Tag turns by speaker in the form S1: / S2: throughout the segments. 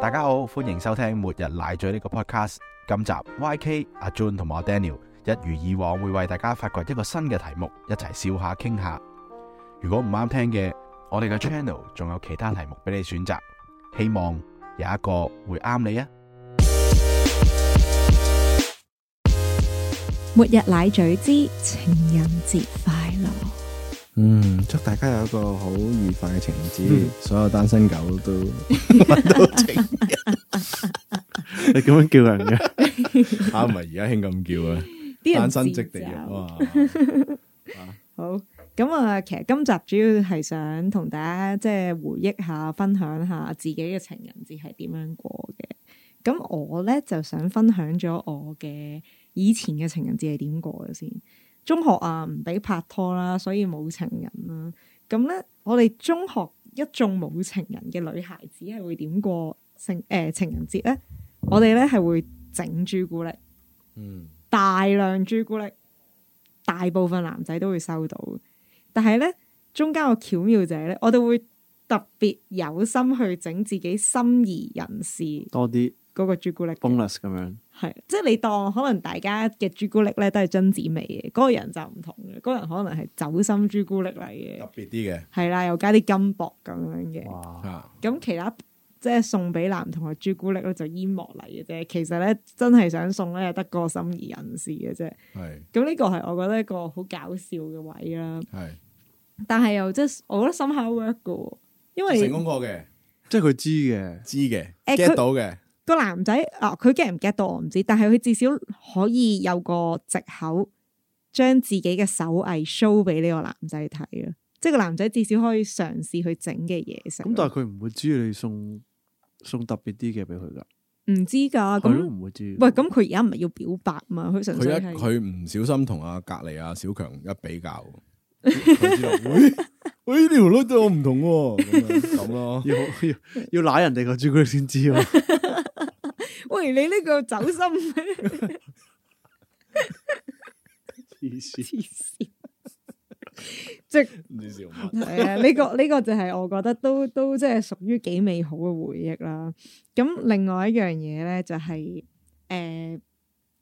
S1: 大家好，歡迎收聽《末日奶嘴》呢個 podcast。今集 YK 阿 Jun 同埋我 Daniel 一如以往會為大家發掘一個新嘅題目，一齊笑下傾下。如果唔啱聽嘅，我哋嘅 channel 仲有其他題目俾你選擇，希望有一個會啱你啊！
S2: 末日奶嘴之情人節快樂。
S3: 嗯，祝大家有一個好愉快嘅情人節，
S2: 嗯
S3: 所有單身狗都 搵到情人。
S4: 你咁樣叫 人嘅，
S3: 啊，唔係而家興咁叫啊，
S2: 啲人啊
S3: 單身即啊地
S2: 自
S3: 獄
S2: 嘲
S3: 哇！
S2: 好，咁啊，其實今集主要係想同大家即係回憶下、分享下自己嘅情人節係點樣過嘅。咁我咧就想分享咗我嘅以前嘅情人節係點過嘅先。中學啊，唔俾拍拖啦，所以冇情人啦。咁咧，我哋中學一眾冇情人嘅女孩子係會點過情誒、呃情人節咧？我哋咧係會整朱古力。
S3: 嗯，
S2: 大量朱古力，大部分男仔都會收到。但係咧，中間個巧妙就係咧，我哋會特別有心去整自己心儀人士
S4: 多啲
S2: 嗰個朱古力嘅，
S4: bonus 咁樣，
S2: 係即係你當可能大家嘅朱古力咧都係榛子味嘅，嗰、個人就唔同嘅，嗰、個人可能係酒心朱古力嚟嘅，
S3: 特別啲嘅
S2: 係啦，又加啲金箔咁樣嘅。
S4: 哦哇！
S3: 啊，
S2: 咁其他即係送俾男童嘅朱古力咧就煙幕嚟嘅啫，其實咧真係想送咧得個心儀人士嘅啫。
S3: 係
S2: 咁呢個係我覺得一個好搞笑嘅位啦，
S3: 係
S2: 但係又即係我覺得深刻 work 嘅喎，因
S3: 成
S2: 為
S3: 功過嘅，
S4: 即係佢
S2: 啊
S4: 知嘅，
S3: 知嘅
S2: 誒佢
S3: ，get 到嘅，
S2: 個男仔啊，佢 get 唔 get 到我唔知，但係佢至少可以有個藉口將自己嘅手藝 show 俾呢個男仔睇啊，即係個男仔至少可以嘗試去整嘅嘢食。啊
S4: 咁但係佢唔會知你送送特別啲嘅俾佢噶，
S2: 唔知㗎，
S4: 佢都
S2: 啊咁
S4: 唔會知。
S2: 喂，咁佢而家唔係要表白嘛？佢純
S3: 佢
S2: 粹
S3: 一
S2: 係
S3: 佢唔小心同阿隔離阿小強一 比較，佢知道，喂喂呢條女對我唔同喎，咁樣咁咯，
S4: 要要要揦人哋個朱古力先知 喎，
S2: 喂你呢個走心黐
S4: 黐線
S2: 線，即係
S3: 唔知笑乜，
S2: 係啊，呢、個呢、個就係我覺得都都即係屬於幾美好嘅回憶啦。咁另外一樣嘢咧就係、呃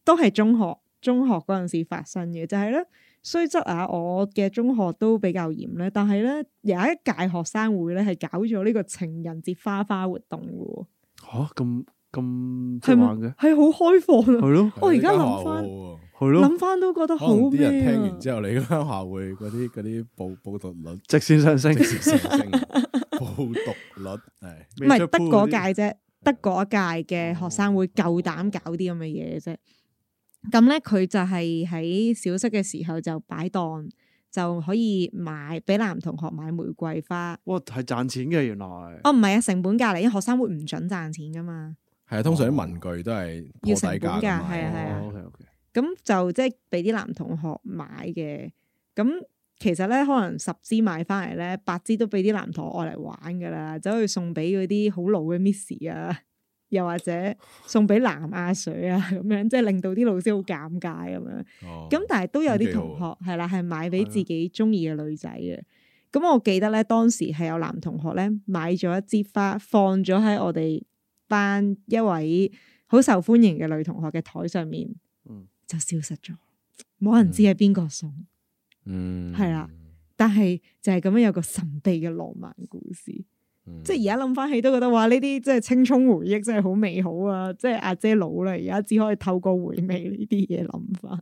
S2: 都係中學中學嗰陣時發生嘅，就係、咧雖則啊，我嘅中學都比較嚴咧，但係咧有一屆學生會咧係搞咗呢個情人節花花活動嘅
S4: 吓咁咁
S2: 喎，
S4: 識玩嘅，
S2: 係好開放啊！
S4: 係咯
S2: 我而家
S3: 呢間學校
S2: 諗翻
S3: 好喎
S4: 係咯，
S2: 諗翻都覺得
S3: 可
S2: 好
S3: 能啲
S2: 咩
S3: 人聽完
S2: 啊！
S3: 之後，你嗰間校會嗰啲嗰啲報報讀率
S4: 直線 上升，
S3: 直接上升，報讀率係
S2: 唔係得嗰屆啫，得嗰一屆嘅學生會夠膽搞啲咁嘅嘢啫。咁咧，佢就係喺小息嘅時候就擺檔，就可以買俾男同學買玫瑰花。
S4: 哇係賺錢嘅原來，
S2: 哦，唔係啊，成本價嚟，因為學生會唔准賺錢噶嘛。
S3: 係啊，通常啲文具都係
S2: 要
S3: 破
S2: 成
S3: 底
S2: 本㗎
S3: 價㗎
S2: 係啊係啊
S4: ，OK OK，
S2: 咁就即係俾啲男同學買嘅。咁其實咧，可能十支買翻嚟咧，八支都俾啲男同學愛嚟玩噶啦，走去送俾嗰啲好老嘅 Miss 啊，又或者送俾男阿 Sir 啊，咁樣即係令到啲老師好尷尬咁樣。
S3: 咁
S2: 咁但係都有啲同
S3: 咁
S2: 學係啦，係啊買俾自己中意嘅女仔嘅。咁我記得咧，當時係有男同學咧買咗一支花，放咗喺我哋班一位好受歡迎嘅女同學嘅台上面，
S4: 嗯
S2: 就消失咗，冇人知係邊個送。
S3: 嗯
S2: 係啦，但係就係咁樣有個神秘嘅浪漫故事，即係而家諗翻起都覺得哇！呢啲即係青葱回憶，真係好美好啊！即係阿姐老啦，而家只可以透過回味呢啲嘢諗翻。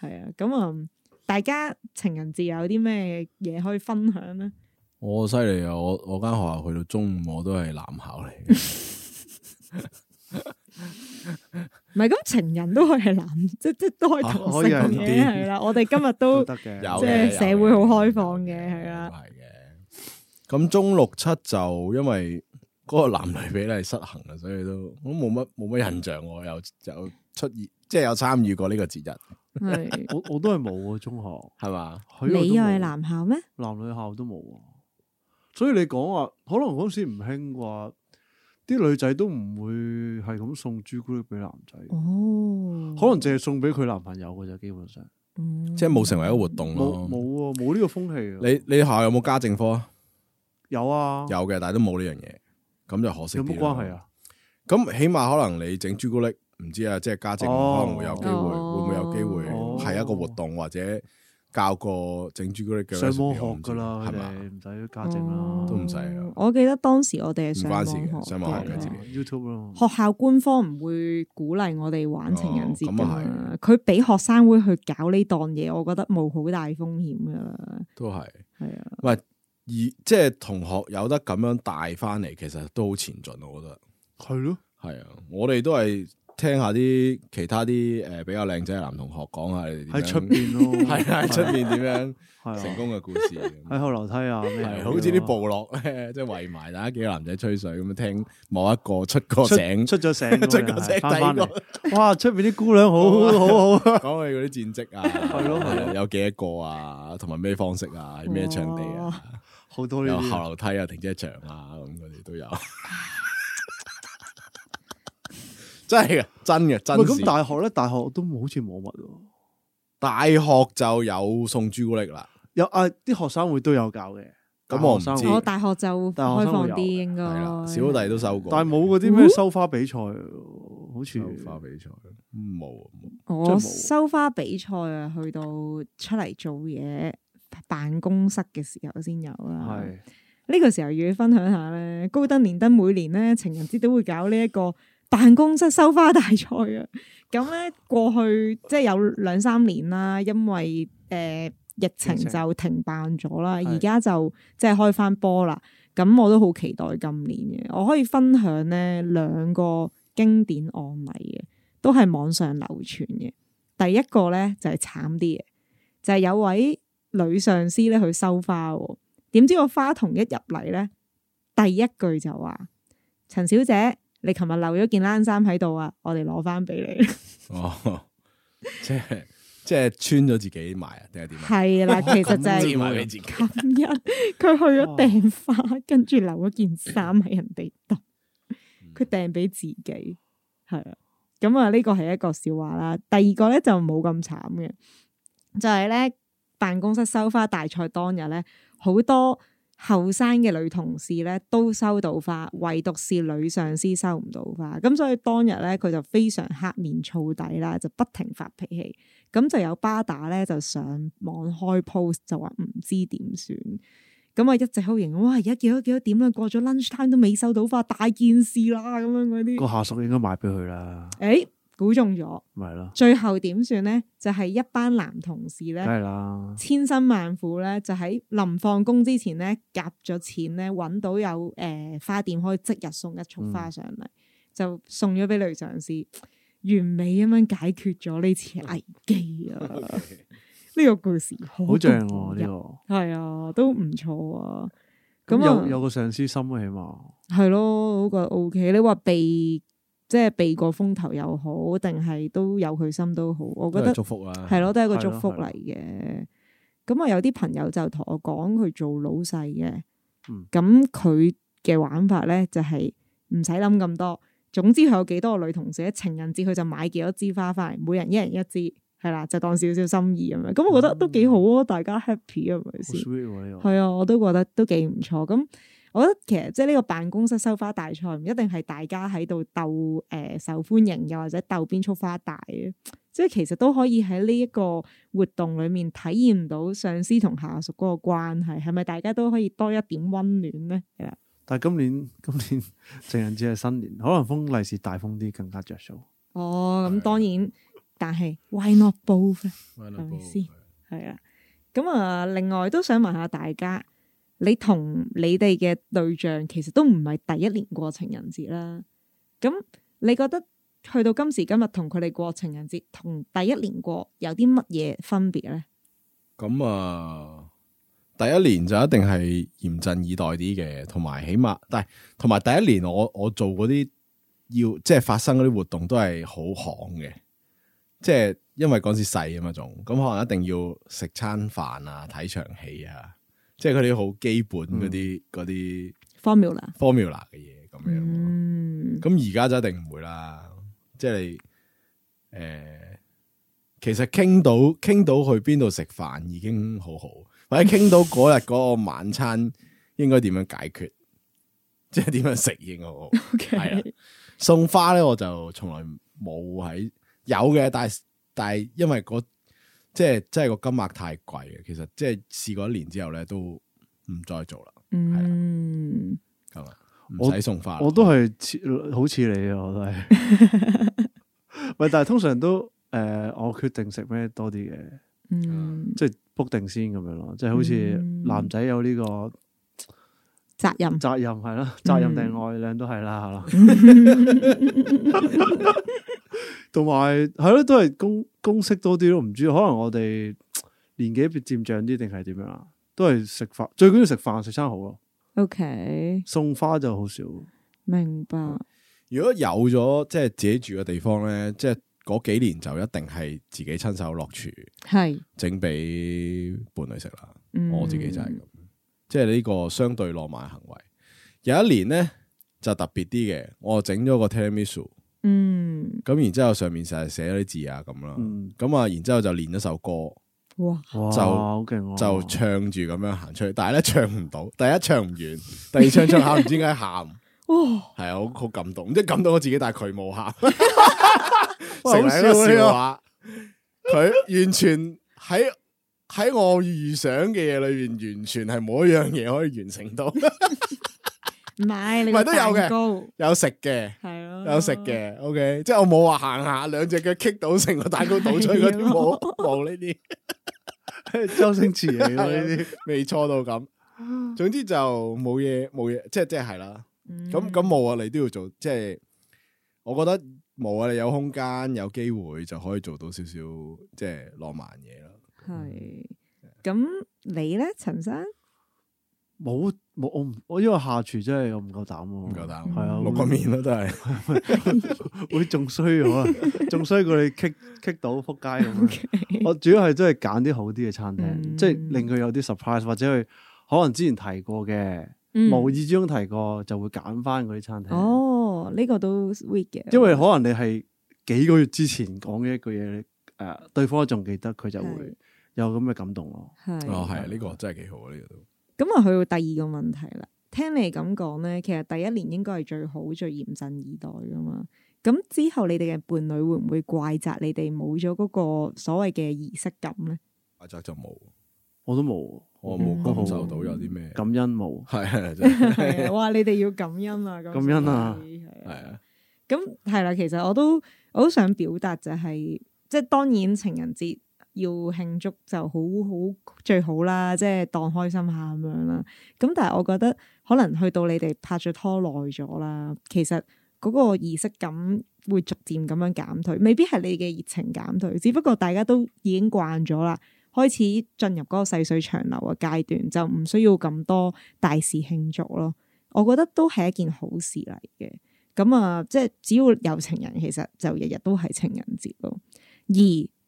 S2: 係啊，咁啊、嗯大家情人節有啲咩嘢可以分享咧？
S3: 我犀利啊！我我間學校去到中午我都係男校嚟嘅，
S2: 唔係咁，情人都可以係男， 即即都可以同性
S4: 啊可以係
S2: 嘅，
S4: 啲
S2: 係啦。我哋今日
S4: 都
S2: 都
S4: 得嘅，
S3: 有
S2: 即係
S3: 嘅
S2: 社會好開放嘅係啦，
S3: 有嘅有嘅都係嘅。咁中六七就因為嗰個男女比例失衡啊，所以都我都冇乜冇乜印象，我有有出現即係有參與過呢個節日，
S2: 係
S4: 我我都係冇啊中學。
S3: 係嘛？
S4: 係我都
S2: 你又係
S4: 冇
S2: 男校咩？
S4: 男女校都冇喎，所以你講話可能嗰時唔興啩，啲女仔都唔會係咁送朱古力俾男仔，
S2: 哦，嗯
S4: 可能淨係送俾佢男朋友嘅啫，基本上
S2: 能
S3: 即係冇成為一個活動
S4: 冇
S3: 咯。
S4: 冇啊，冇呢個風氣啊。
S3: 哦你你學校有冇家政科啊？
S4: 有啊？
S3: 有嘅，但係都冇呢樣嘢，咁就可惜
S4: 有
S3: 啲咯
S4: 乜關係？啊？
S3: 咁起碼可能你整朱古力，唔知啊，即係家政
S4: 哦
S3: 可能會有機會，
S2: 哦
S3: 會唔會有機會
S4: 哦
S3: 係一個活動或者教個整朱古力嘅
S4: 上網
S3: recipe，我唔知
S4: 學噶啦，
S3: 係
S4: 佢
S3: 嘛？
S4: 哋唔使家政啦，
S2: 哦
S3: 都唔使啊
S2: 我記得當時我哋係
S3: 唔
S2: 上
S3: 關
S2: 網
S3: 事嘅
S2: 學
S3: 上網學嘅
S2: 嘅
S3: 自己
S4: 係 YouTube
S3: 嗯
S4: 咯。
S2: 學校官方唔會鼓勵我哋玩情人節噶
S3: 哦咁啊
S2: 嘛，佢俾、學生會去搞呢檔嘢，我覺得冇好大風險噶啦，
S3: 都係。
S2: 係啊，
S3: 而即係同學有得咁樣帶翻嚟，其實都好前進，我覺得
S4: 係咯，
S3: 係啊。我哋都係聽下啲其他啲诶比較靚仔嘅男同學講下你哋點樣
S4: 喺出邊咯，
S3: 係啊喺出面點樣
S4: 係啊
S3: 成功嘅故事，
S4: 喺後樓梯啊，咩
S3: 係
S4: 啊？
S3: 好似啲部落 咧，即係圍埋大家幾個男仔吹水咁樣，聽某一個出個醒，
S4: 出
S3: 講
S4: 咗醒，
S3: 出咗醒
S4: 翻翻
S3: 第
S4: 嚟，哇！出邊啲姑娘好好 好啊，
S3: 佢嗰啲戰績啊，係
S4: 咯係咯
S3: 有幾多個啊，同埋咩方式啊，喺咩場地啊，
S4: 好哦多呢
S3: 有後
S4: 啲，
S3: 樓梯啊、停車場啊，咁嗰啲都 有。真係嘅，真嘅，真
S4: 喂咁
S3: 事
S4: 大學咧，大學都冇好似冇乜喎，
S3: 大學就有送朱古力啦，
S4: 有啊啲學生會都有教嘅，
S3: 咁我唔
S4: 大學生
S3: 知
S4: 會
S2: 哦我大學就
S4: 大學
S2: 開
S4: 生會
S2: 放
S4: 有
S2: 啲應該，
S3: 係啦，小弟都收過，
S4: 哦但係冇嗰
S2: 嗯
S4: 啲咩收花比賽，好似
S3: 收花比賽嗯冇啊冇
S4: 真係
S2: 我
S4: 冇
S2: 收花比賽啊，去到出嚟做嘢辦公室嘅時候先有啦。
S4: 係
S2: 呢個時候要分享下咧，高登連登每年咧情人節都會搞呢一個辦公室收花大賽 啊。咁咧過去即係有兩三年啦，因為誒、呃疫情
S4: 疫情
S2: 就停辦咗啦，
S4: 係
S2: 而家就即係開翻波啦。咁我都好期待今年嘅，我可以分享咧兩個經典案例嘅，都係網上流傳嘅。第一個咧就係慘啲嘅，就係、有位女上司咧去收花喎，點知個花童一入嚟咧，第一句就話：陳小姐，你琴日漏咗件冷衫喺度啊，我哋攞翻俾 你。
S3: 哦，即係即係穿咗自己埋啊，定係點啊？
S2: 係啦，其實就係
S3: 黐埋俾自己。
S2: 琴日佢去咗訂花，跟住留咗件衫喺人哋度，
S3: 嗯
S2: 佢訂俾自己，係啊。咁啊，呢個係一個笑話啦。第二個咧就冇咁慘嘅，就係咧辦公室收花大賽當日咧，好多後生嘅女同事咧都收到花，唯獨是女上司收唔到花。咁所以當日咧佢就非常黑面燥底啦，就不停發脾氣。咁就有巴打咧就上網開 post 就話唔知點算，咁啊一直好型，哇而家幾多幾多點啦，啊過咗 lunch time 都未收到花，大件事啦咁樣嗰
S4: 個
S2: 啲，
S4: 下屬應該買俾佢啦，
S2: 誒估中咗，
S4: 咪係咯，
S2: 最後點算咧？就係、一班男同事
S4: 梗
S2: 咧。
S4: 係啦，
S2: 千辛萬苦咧，就喺臨放工之前咧，夾咗錢咧，揾到有誒、呃花店可以即日送一束
S4: 嗯
S2: 花上嚟，就送咗俾女上司，完美咁樣解決咗呢次
S4: 嗯
S2: 危機啊！ 呢個故事好
S4: 好正
S2: 動
S4: 喎
S2: 人
S4: 呢個。
S2: 係啊，都唔錯啊。
S4: 咁
S2: 咁
S4: 有
S2: 啊，
S4: 有個上司心啊，起碼
S2: 係咯，嗰個 O K。你話避即係避過風頭又好，定係都有佢心都好，我覺
S3: 都係
S2: 得
S3: 祝福啊啦，
S2: 係咯，都係一個
S4: 啊係咯
S2: 祝福嚟嘅。咁啊我有啲朋友就同我講，佢做老細嘅
S4: 嗯，
S2: 咁佢嘅玩法咧就係唔使諗咁多。總之佢有幾多個女同事，情人節佢就買幾多支花翻嚟，每人一人一支，係啦，就當少少心意咁樣。咁我覺得都幾好啊，大家 happy 啊，係咪
S4: 好
S2: 先？
S4: sweet 喎呢個。
S2: 係啊，我都覺得都幾唔錯。咁我覺得其實即係呢個辦公室收花大賽，唔一定係大家喺度鬥誒受歡迎，又或者鬥邊束花大嘅。即係其實都可以喺呢一個活動裡面體驗到上司同下屬嗰個關係，係咪大家都可以多一點温暖咧？係啦，
S4: 但係今年 今年情人節係新年，可能封利是大封啲更加着數。
S2: 哦，
S3: 係
S2: 咁當然，但係 why not both 咧？
S3: 係
S2: 咪先係啊，咁啊，另外都想問下大家，你同你哋嘅對象其實都唔係第一年過情人節啦。咁你覺得去到今時今日同佢哋過情人節，同第一年過有啲乜嘢分別咧？
S3: 咁啊，第一年就一定係嚴陣以待啲嘅，同埋起碼，但係同埋第一年我我做嗰啲要即係發生嗰啲活動都係好行嘅，即係因為嗰時細啊嘛仲，咁可能一定要食餐飯啊、睇場戲啊，即係嗰啲好基本嗰
S2: 嗯
S3: 啲嗰啲
S2: 方妙啦，
S3: formula 嘅嘢咁樣咯。
S2: 嗯，
S3: 咁而家就一定唔會啦，即係你诶、其實傾到傾到去邊度食飯已經好好，或者傾到嗰日嗰個晚餐應該點樣解決，即係點樣食應我。係啊
S2: OK，
S3: 送花咧，我就從來冇喺有嘅，但係但係因為嗰即係即係個金額太貴嘅，其實即係試過一年之後咧，都唔再做啦，
S2: 嗯，
S3: 咁啊，
S4: 我
S3: 唔使送花啦。
S4: 我都係似好似你啊，我都係。 喂，但係通常都诶、呃我決定食咩多啲嘅，
S2: 嗯，
S4: 即係 book 定先咁樣咯，即係好似
S2: 嗯嗯
S4: 男仔有呢個
S2: 責任，
S4: 責任係啦，責任定愛兩都係啦，係啦。 同埋係咯，都係公公式多啲咯，唔知可能我哋年紀漸長啲定係點樣啊？都係食飯，最緊要食飯食餐好咯，
S2: OK，
S4: 送花就好少。
S2: 明白，
S3: 如果有咗即係自己住嘅地方咧，即係嗰幾年就一定係自己親手落廚
S2: 係，
S3: 整俾伴侶食啦。
S2: 嗯
S3: 我自己就係咁，即係呢個相對浪漫行為。有一年咧就特別啲嘅，我整咗個 tiramisu，
S2: 嗯，
S3: 咁然之後上面成日寫咗啲字啊咁啦，
S4: 嗯，
S3: 咁啊、然之後就練咗首歌，
S2: 哇，
S3: 就
S4: 哇，好勁喎！
S3: 就唱住咁樣行出去，但係咧唱唔到，第一唱唔完，第二唱唱下唔知點解喊，
S2: 哇，
S3: 係啊，好好感動，即係感動我自己，但係佢冇喊，
S4: 哇
S3: 成為一
S4: 好笑啊
S3: 個笑話，佢完全喺。喺我預想嘅嘢裏邊，完全係冇一樣嘢可以完成到。
S2: 唔係，你
S3: 唔係
S2: 個
S3: 都有嘅
S2: 蛋糕
S3: 有食嘅，
S2: 係咯，
S3: 有食，嘅，OK，即系我冇話行下兩隻腳棘到成個蛋糕倒出去 嗰啲
S2: 係咯
S3: 冇冇呢啲，
S4: 周星馳嚟咯呢 啲，
S3: 未錯到咁。總之就冇嘢冇嘢，即係即係係啦。
S2: 嗯
S3: 咁咁冇啊，你都要做，即係我覺得冇啊，你有空間有機會就可以做到少少即係浪漫嘢啦。
S2: 係，咁你咧，陳生，
S4: 冇冇我唔我因為下廚真係我唔夠膽喎，唔
S3: 夠膽
S4: 係啊，
S3: 六個面啦，都係
S4: 會仲衰 可能，仲衰過你棘棘到撲街咁樣。我主要係真係揀啲好啲嘅餐廳，
S2: 嗯
S4: 即係令佢有啲 surprise，或者佢可能之前提過嘅，
S2: 嗯
S4: 無意之中提過就會揀翻嗰啲餐廳，
S2: 哦，呢個都 sweet 嘅，
S4: 因為可能你係幾個月之前講嘅一句嘢，你誒對方仲記得，佢就會
S2: 係
S4: 有咁嘅感動咯。
S2: 係
S3: 哦，係呢個真係幾好啊，呢個都
S2: 咁啊，去到第二個問題啦。聽你咁講咧，其實第一年應該係最好、最嚴陣以待噶嘛。咁之後你哋嘅伴侶會唔會怪責你哋冇咗嗰個所謂嘅儀式感 咧？
S3: 阿澤就冇，
S4: 我都冇
S3: 我冇
S2: 嗯
S3: 感受到有啲咩
S4: 感恩冇，
S3: 係係真哦 係
S2: 係啊哇！你哋要感恩啊，咁
S4: 感恩啊
S2: 所以係
S3: 係
S2: 啊
S3: 啊，
S2: 咁係啦，其實我都我都想表達就係、即係當然情人節要慶祝就好好最好啦，即係當開心下咁樣啦。咁但係我覺得可能去到你哋拍咗拖耐咗啦，其實嗰個儀式感會逐漸咁樣減退，未必係你嘅熱情減退，只不過大家都已經慣咗啦。開始進入嗰個細水長流嘅階段，就唔需要咁多大事慶祝咯。我覺得都係一件好事嚟嘅。咁啊，即係只要有情人，其實就日日都係情人節咯。而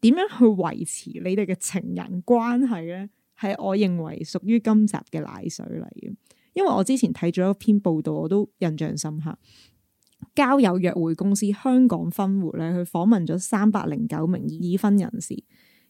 S2: 點樣去維持你哋嘅情人關係咧，係我認為屬於今集嘅奶水嚟嘅。因為我之前睇咗一篇報道，我都印象深刻。交友約會公司香港分會咧，佢訪問咗三百零九名已婚人士，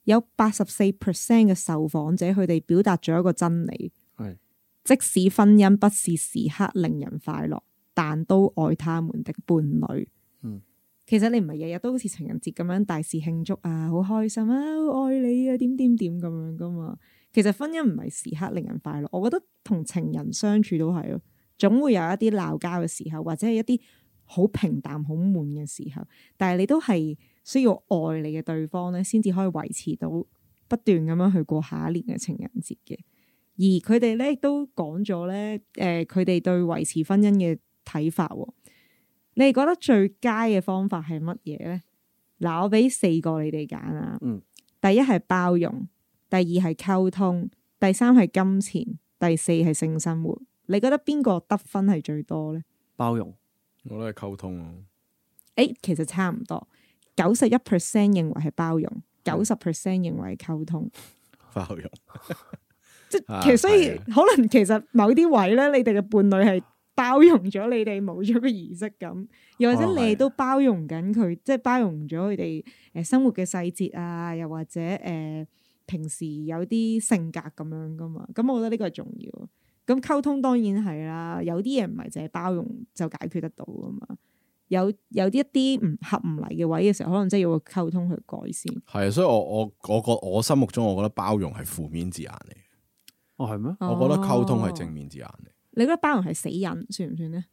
S2: 有八十四 percent 嘅受訪者，佢哋表達咗一個真理
S4: 係：
S2: 即使婚姻不是時刻令人快樂，但都愛他們的伴侶。
S4: 嗯
S2: 其實你唔係日日都好似情人節咁樣大肆慶祝啊，好開心啊，好愛你啊，點點點咁樣噶嘛。其實婚姻唔係時刻令人快樂，我覺得同情人相處都係咯，總會有一啲鬧交嘅時候，或者係一啲好平淡、好悶嘅時候，但係你都係需要愛你嘅對方咧，先至可以維持到不斷咁樣去過下一年嘅情人節嘅。而佢哋咧亦都講咗咧，誒佢哋對維持婚姻嘅睇法喎。你哋覺得最佳嘅方法係乜嘢咧？嗱，我俾四個你哋揀啊。
S4: 嗯。
S2: 第一係包容，第二係溝通，第三係金錢，第四係性生活。你覺得邊個得分係最多咧？
S4: 包容
S3: 我都係溝通啊咯。
S2: 誒，其實差唔多，九十一 percent 認為係包容，九十 percent 認為係溝通。
S3: 包容
S2: 即
S3: 啊
S2: 其實所以
S3: 係
S2: 可能其實某啲位咧，你哋嘅伴侶係包容咗你哋冇咗個儀式感，又或者
S4: 可能係
S2: 你哋都包容緊佢，即係包容咗佢哋誒生活嘅細節啊，又或者誒、呃平時有啲性格咁樣噶嘛。咁我覺得呢個係重要。咁溝通當然係啦，有啲嘢唔係淨係包容就解決得到噶嘛。有有啲一啲唔合唔嚟嘅位嘅時候，可能真係要個溝通去改善。
S3: 系啊，所以我我我覺我心目中，我覺得包容係負面字眼嚟，
S4: 哦係咩？
S3: 我覺得溝通係正
S2: 哦。
S3: 面字眼嚟。
S2: 你覺得包容係死忍算唔算咧？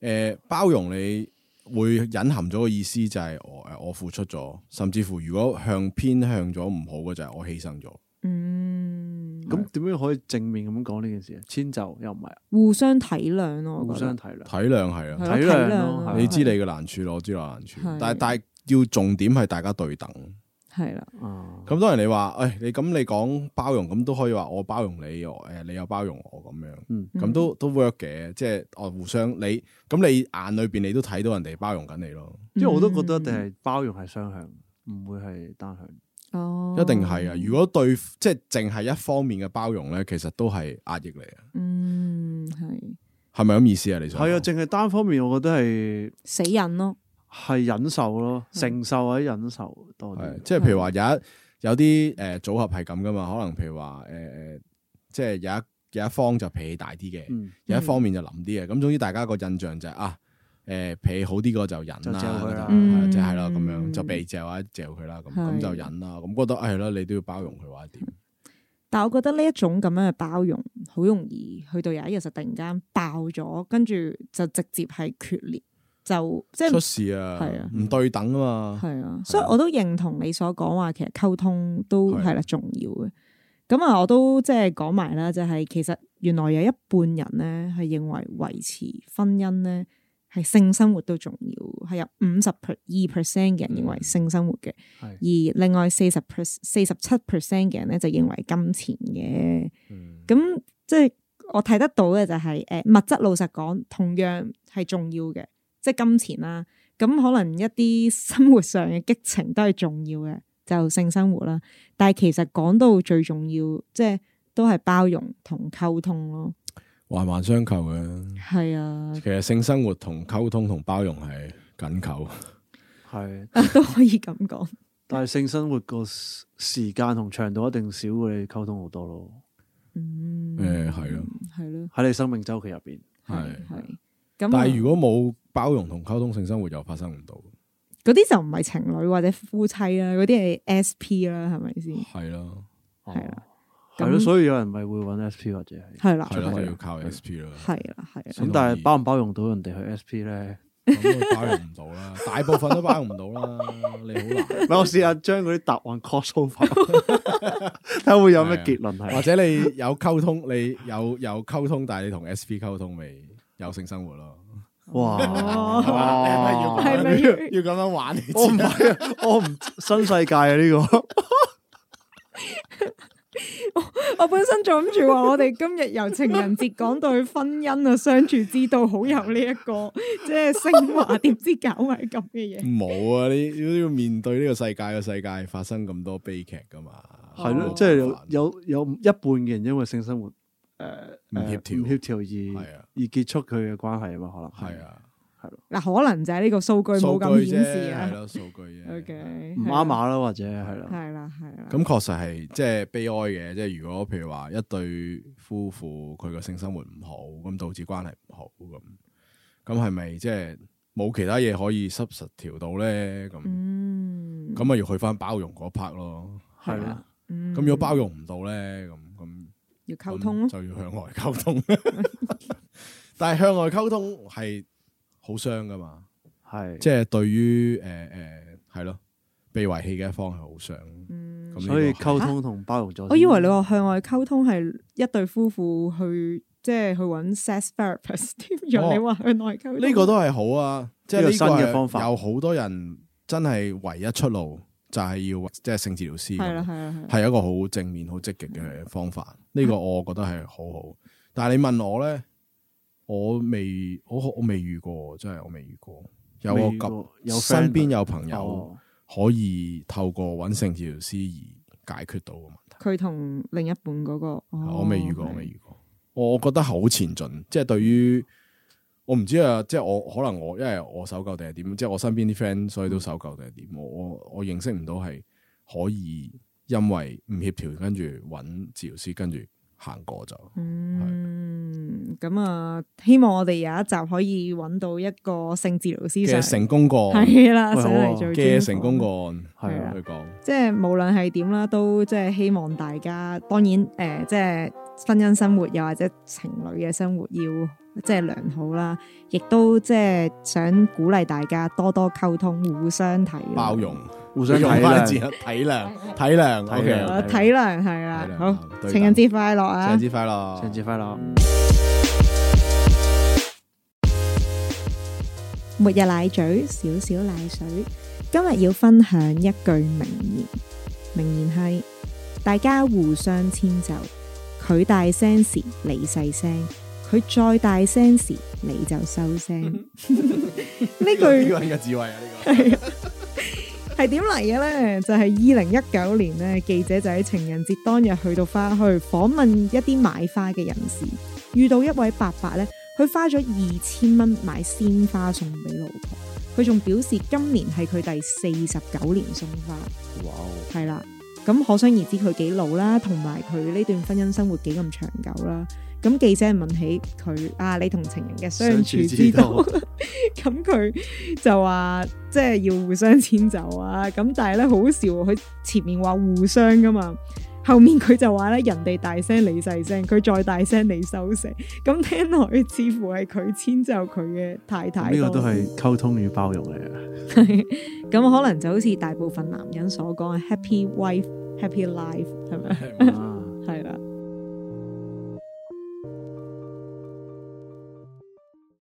S3: 诶、包容你會隱含咗個意思就係我诶我付出咗，甚至乎如果向偏向咗唔好嘅就係我犧牲咗。
S2: 嗯，
S4: 咁點樣可以正面咁講呢件事啊？遷就又唔係，
S2: 互相體諒咯，我
S4: 互
S2: 覺得
S4: 相體諒。
S3: 體諒係
S2: 係
S3: 啊，
S2: 咯
S4: 體諒咯
S2: 咯
S4: 係啊
S3: 你知你嘅難處，我知我難處
S2: 係，
S3: 但係但係要重點係大家對等。
S2: 係啦，
S4: 啊，
S3: 咁當然你話，诶、你咁你講包容，咁都可以話我包容你，我诶、你又包容我咁樣，
S4: 嗯
S3: 咁都都 work 嘅，即係我互相你，咁你眼裏边你都睇到人哋包容緊你咯，
S4: 因為我都覺得一定係包容係雙向，唔會係單向。
S2: 嗯哦，
S3: 一定係啊！如果對即係淨係一方面嘅包容咧，其實都係壓抑嚟嘅，
S2: 嗯係
S3: 係咪咁意思啊？你想
S4: 係啊，
S3: 講
S4: 淨係單方面，我覺得係
S2: 死忍咯，
S4: 係忍受咯，
S2: 嗯
S4: 承受或者忍受多
S3: 係
S4: 啲。
S3: 即係譬如話有一有啲诶、呃、组合係咁噶嘛，可能譬如話诶诶，即係有一有一方就脾氣大啲嘅，
S4: 嗯，
S3: 有一方面就腍啲嘅，咁總之大家個印象就係、啊。誒脾氣好啲嗰個就忍
S4: 就嚼
S3: 啦
S4: 佢啦，
S3: 係啊即係啦
S2: 嗯
S3: 咁樣就被嚼或者嚼佢啦，咁
S2: 係
S3: 咁就忍啦。咁覺得哎係啦，你都要包容佢或者點？
S2: 但我覺得呢一種咁樣嘅包容，好容易去到有一日就突然間爆咗，跟住就直接係決裂，就即
S3: 出
S2: 係
S3: 事啊
S2: 係啊，
S3: 唔對等啊嘛。
S2: 係啊。所以我都認同你所講話，其實溝通都
S3: 係
S2: 係啦重要嘅。咁啊，我都即係講埋啦，就係、其實原來有一半人咧係認為維持婚姻咧係性生活都重要，係有五十二 percent 嘅人認為性生活嘅。而
S4: 係
S2: 另外四十 per 四十七 percent 嘅人咧就認為金錢嘅，
S3: 嗯
S2: 咁、即係我睇得到嘅就係、呃物質，老實講同樣係重要嘅，即係金錢啦。咁可能一啲生活上嘅激情都係重要嘅，就性生活啦。但係其實講到最重要，即係都係包容同溝通咯。
S3: 環環相扣嘅，
S2: 係啊，
S3: 其實性生活同溝通同包容係緊扣。
S4: 係，
S2: 啊都可以咁講。
S4: 但係性生活個時時間同長度一定少過你溝通好多咯。
S2: 嗯，
S3: 誒係咯，
S2: 係咯，
S4: 喺你生命周期入邊，
S2: 係
S3: 係
S2: 係。
S3: 但
S2: 咁啊
S3: 係如果冇包容同溝通，性生活又發生唔到。
S2: 嗰啲就唔係情侶或者夫妻啦，嗰啲係 SP 啦，係咪先？
S3: 係咯，
S4: 哦
S2: 係啦，
S4: 係
S2: 咁
S4: 咯，所以有人咪會揾 SP 或者係
S2: 係啦，
S3: 係咯，
S2: 啊係
S3: 就要
S2: 啦，
S3: 靠 SP 啦。
S2: 係啦，係啦
S3: 所以
S4: 咁，但係包唔包容到人哋去 SP 咧？
S3: 咁都包容唔到啦，大部分都包容唔到啦。你好難。
S4: 唔係我試下將嗰啲答案 cross over，睇下會有咩結論
S3: 或
S4: 係。啊
S3: 者你有溝通，你有有溝通，但係你同 SP 溝通未有性生活咯？
S4: 哇！
S2: 哦
S4: 哇
S2: 係咪要
S3: 要咁樣玩你 知
S4: 我唔係啊， 我唔新世界啊呢個。
S3: 哦
S2: 我本身仲諗住話，我哋今日由情人節講到去婚姻啊、相處之道，好有呢一個即係升華，點知搞埋咁嘅嘢。
S3: 冇啊！你你要面對呢個世界嘅世界發生咁多悲劇噶嘛？
S4: 係
S2: 哦
S4: 咯，即係有有有一半嘅人因為性生活诶
S3: 唔協調
S4: 呃唔協調而
S3: 係啊
S4: 而結束佢嘅關係啊嘛，可能
S3: 係，啊，
S2: 嗱，可能就係呢個數據
S3: 數
S2: 冇
S3: 據
S2: 咁
S3: 啫，
S2: 顯示
S3: 係
S2: 啊。
S3: 咯，數據啫。
S2: OK，
S4: 唔啱碼啦，或者係啦，
S2: 係啊啦，係啦，
S3: 咁確實係即係悲哀嘅，即係如果譬如話一對夫婦佢個性生活唔好，咁導致關係唔好咁，咁係咪即係冇其他嘢可以 s u b s t 調到咧？咁
S2: 嗯，
S3: 咁咪要去翻包容嗰 part 咯。
S4: 係
S2: 係啦
S3: 啊
S4: 啦，
S2: 咁
S3: 咁如果包容唔到咧，咁咁
S2: 嗯要溝通
S3: 咁
S2: 咯，
S3: 就要向外溝通。 但係向外溝通係好傷噶嘛，
S4: 係
S3: 即係對於誒誒係咯，被遺棄嘅一方係好傷。
S2: 嗯
S3: 咁
S4: 所以
S3: 呢個係
S4: 溝通同包容咗先。
S2: 我以為你話向外溝通係一對夫婦去即係去揾 sex therapist 添，讓你話向內溝通。
S3: 哦呢個都係好啊，即係
S4: 呢個
S3: 呢個
S4: 新嘅
S3: 係
S4: 方法
S3: 有好多人真係唯一出路就係要即係性治療師咁。
S2: 係啦，係啦，係啦。
S3: 係一個好正面、好積極嘅方法。呢、
S2: 嗯
S3: 個我覺得係好好。但係你問我咧，我未我我未遇過，真係我未遇過。有我
S4: 未
S3: 及
S4: 過有 friend 啊
S3: 身邊有朋友
S4: 哦
S3: 可以透過揾性治療師而解決到嘅問題，
S2: 佢同另一半嗰個，哦
S3: 我未遇過，我未遇過。我覺得好前進，即係對於我唔知啊，即係我可能我因為我搜救定係點，即係我身邊啲 friend 所以
S2: 嗯
S3: 都搜救定係點，我我我認識唔到係可以因為唔協調跟住揾治療師跟住行過就。
S2: 嗯，咁啊，希望我哋有一集可以揾到一個性治療師
S3: 嘅
S2: 上
S3: 成功個 案
S2: 系啦，
S4: 喂
S2: 上
S4: 好
S2: 嚟
S4: 啊
S2: 做
S3: 嘅
S2: 專
S3: 成
S2: 訪
S3: 功個
S4: 係
S3: 案
S2: 啊
S3: 去講，
S2: 即係無論係點啦，都即係希望大家，當然誒、呃即係婚姻生活又或者情侶嘅生活要即係良好啦，亦都即係想鼓勵大家多多溝通，互相體諒
S3: 包容，
S4: 互相體
S3: 用翻字
S4: 諒，
S3: 眼體諒， 體諒
S4: 體
S3: ，OK，
S4: 諒
S2: 啊體諒係啦
S3: 體，諒
S2: 好
S3: 對
S2: 情人節快樂啊！
S3: 情人節快樂，
S4: 情節快樂。
S2: 末日奶嘴，少少奶水。今日要分享一句名言，名言係：大家互相遷就，佢大聲時你細聲，佢再大聲時你就收聲。呢
S3: 呢
S2: 句
S3: 個係嘅智慧啊，呢
S2: 係點嚟嘅呢？就係二零一九年呢，記者就喺情人節當日去到花墟訪問一啲買花嘅人士，遇到一位伯伯呢，佢花咗二千蚊買鮮花送俾老婆。佢仲表示今年係佢第四十九年送花，
S4: 哇哦！
S2: 係啦。咁可想而知佢幾老啦，同埋佢呢段婚姻生活幾咁長久啦。咁記者問起佢啊，你同情人嘅相處之道， 咁佢就話即係要互相遷就啊。咁但係咧好笑喎，佢前面話互相噶嘛，後面佢就話咧人哋大聲你細聲，佢再大聲你收聲。咁聽落去似乎係佢遷就佢嘅太太多。
S4: 呢個都係溝通與包容嚟嘅。
S2: 咁可能就好
S4: 啊
S2: 似大部分男人所講嘅 happy wife happy life 係咪？
S3: 個
S2: 係啦，